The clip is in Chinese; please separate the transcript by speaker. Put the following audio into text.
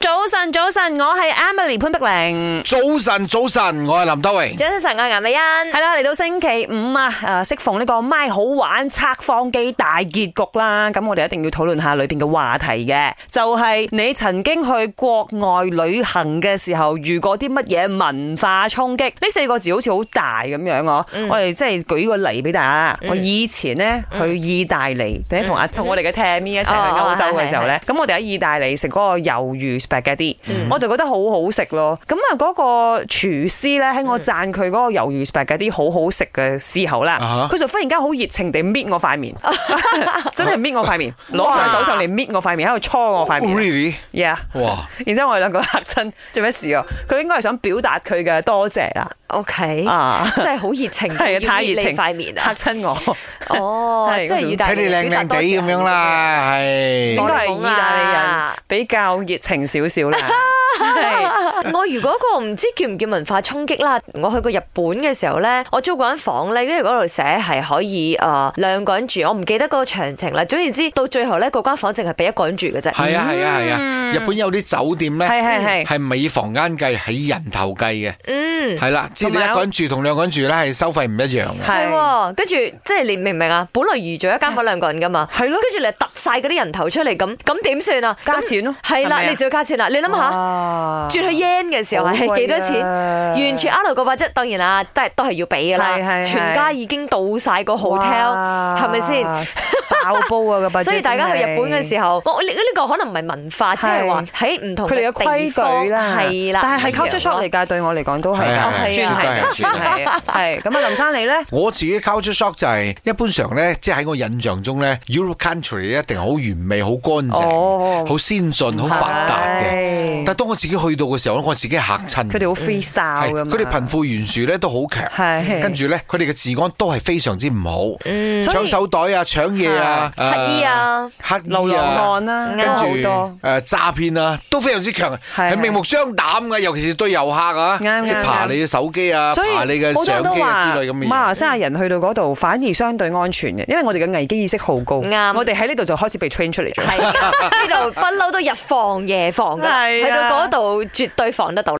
Speaker 1: 早晨，早晨，我係 Emily 潘碧玲。
Speaker 2: 早晨，早晨，我係林德榮。
Speaker 1: 嗯
Speaker 3: 早晨，我係顏美欣。
Speaker 1: 係啦，嚟到星期五啊，诶、適逢呢個咪好玩測放機大結局啦，咁我哋一定要討論下裏边嘅話題嘅，就係你曾經去國外旅行嘅時候遇過啲乜嘢文化衝擊？呢四個字好似好大咁樣哦。我哋即係舉個例俾大家。我以前呢，去意大利，第一同阿同我哋嘅 Tammy 一齊去歐洲嘅時候
Speaker 3: 哦
Speaker 1: 呢，咁我哋喺意大利食嗰個魷魚 spaghetti，我
Speaker 3: 嗯
Speaker 1: 就覺得好好食咯。咁啊，嗰個廚師呢，喺我讚佢嗰個魷魚 spaghetti 好好食嘅時候啦
Speaker 2: 啊哈，
Speaker 1: 佢就忽然間好熱情地搣我塊 面，真係搣我塊面，攞埋手上嚟搣我塊面，喺度搓我塊
Speaker 3: 嗯
Speaker 1: 面。
Speaker 2: Really？
Speaker 1: Yeah，
Speaker 2: 哇！
Speaker 1: 然之後我哋兩個嚇親，做咩事啊？佢應該係想表達佢嘅多謝啦，
Speaker 3: O K，
Speaker 1: 啊
Speaker 3: 嗯真係好熱 情，
Speaker 1: 係啊，
Speaker 3: 要
Speaker 1: 太
Speaker 3: 搣
Speaker 1: 熱
Speaker 3: 你
Speaker 1: 情，
Speaker 3: 塊面
Speaker 1: 嚇
Speaker 3: 啊！
Speaker 1: 親我。
Speaker 3: 哦，
Speaker 1: 係
Speaker 3: 即係意大
Speaker 2: 睇
Speaker 3: 利
Speaker 2: 你靚靚地咁樣。啦，係
Speaker 1: 應
Speaker 3: 我。
Speaker 1: 該係意大利人比較熱情少少 啦。係
Speaker 3: 我如果個唔知叫唔叫文化衝擊啦，我去過日本嘅時候咧，我租嗰間房咧，跟住嗰度寫係可以誒兩個人住，我唔記得嗰個詳情啦。總言之，到最後咧，嗰間房淨係俾一個人住嘅啫。嗯
Speaker 2: 係啊係啊係啊！日本有啲酒店咧，
Speaker 1: 嗯係係係
Speaker 2: 係唔係以房間計，係人頭計嘅，
Speaker 3: 嗯，
Speaker 2: 係啦，即係你
Speaker 1: 同埋
Speaker 2: 一
Speaker 1: 有嗯
Speaker 2: 個人住同兩個人住咧，係收費唔一樣嘅。
Speaker 3: 係喎，嗯跟住即係你明唔明啊？本來預咗一間房兩個人噶嘛，
Speaker 1: 係咯
Speaker 3: 跟住你突晒嗰啲人頭出嚟，咁咁點算啊？
Speaker 1: 加錢咯
Speaker 3: 係
Speaker 1: 係
Speaker 3: 啦
Speaker 1: 咪，啊
Speaker 3: 你就要加錢啦。你諗下。
Speaker 1: 哇
Speaker 3: 轉去 yen 嘅時候
Speaker 1: 啊好貴啊
Speaker 3: 係幾多錢？完全 out 個 budget，當然啦，都係都係要俾噶
Speaker 1: 係
Speaker 3: 啦。
Speaker 1: 係係
Speaker 3: 全家已經到晒個 hotel，
Speaker 1: 哇
Speaker 3: 係咪先？嗯
Speaker 1: 爆煲啊個 budget
Speaker 3: 所以大家去日本嘅時
Speaker 1: 候。
Speaker 3: 候，我呢呢個可能唔係文化，
Speaker 1: 係
Speaker 3: 即係話喺唔同
Speaker 1: 佢哋嘅
Speaker 3: 地
Speaker 1: 規
Speaker 3: 方
Speaker 1: 矩啦，
Speaker 3: 係啦，嗯
Speaker 1: 但係係 culture shock 嚟㗎，對我嚟講都係
Speaker 2: 係
Speaker 1: 㗎
Speaker 2: 啊
Speaker 3: 係啊，嗯
Speaker 1: 專係㗎
Speaker 2: 絕對係
Speaker 1: 專係啊係咁啊，林生你咧？
Speaker 2: 我自己 culture shock 就係一般上咧，即係喺我印象中咧，Euro country 一定好完美、好乾
Speaker 1: 哦
Speaker 2: 淨、好先進、好發達嘅。
Speaker 1: 係
Speaker 2: 但係當我自己去到嘅時候咧，我自己嚇親。嗯
Speaker 1: 佢哋好 freestyle
Speaker 2: 係
Speaker 1: 㗎嘛
Speaker 2: 佢哋貧
Speaker 3: 嗯
Speaker 2: 富懸殊咧都好強。
Speaker 1: 係
Speaker 2: 跟住咧，佢哋嘅治安都係非常之唔好，
Speaker 1: 嗯所
Speaker 2: 搶
Speaker 1: 以
Speaker 2: 手袋啊、搶嘢啊、誒
Speaker 3: 乞衣、啊，
Speaker 2: 乞
Speaker 1: 嗯流
Speaker 2: 衣
Speaker 1: 浪
Speaker 2: 啊
Speaker 1: 案，啦，
Speaker 3: 嗯
Speaker 2: 跟
Speaker 1: 啱
Speaker 2: 住
Speaker 1: 好多。
Speaker 2: 誒詐騙啊，都非常之強，
Speaker 1: 係
Speaker 2: 係
Speaker 1: 係
Speaker 2: 明目張膽嘅，尤其是對遊客啊，
Speaker 1: 啱啱
Speaker 2: 即係爬你嘅手機啊、
Speaker 1: 所以
Speaker 2: 爬你嘅
Speaker 1: 好多
Speaker 2: 相
Speaker 1: 人都
Speaker 2: 機
Speaker 1: 話
Speaker 2: 啊之類咁
Speaker 1: 馬
Speaker 2: 嘅嘢。
Speaker 1: 來西亞人去到嗰度反而相對安全嘅，因為我哋嘅危機意識好高。
Speaker 3: 啱
Speaker 1: 我哋喺呢度就開始被 train 出嚟咗。
Speaker 3: 係呢度不嬲都日防夜防㗎啦，
Speaker 1: 係
Speaker 3: 去
Speaker 1: 啊
Speaker 3: 到嗰度絕對防得到。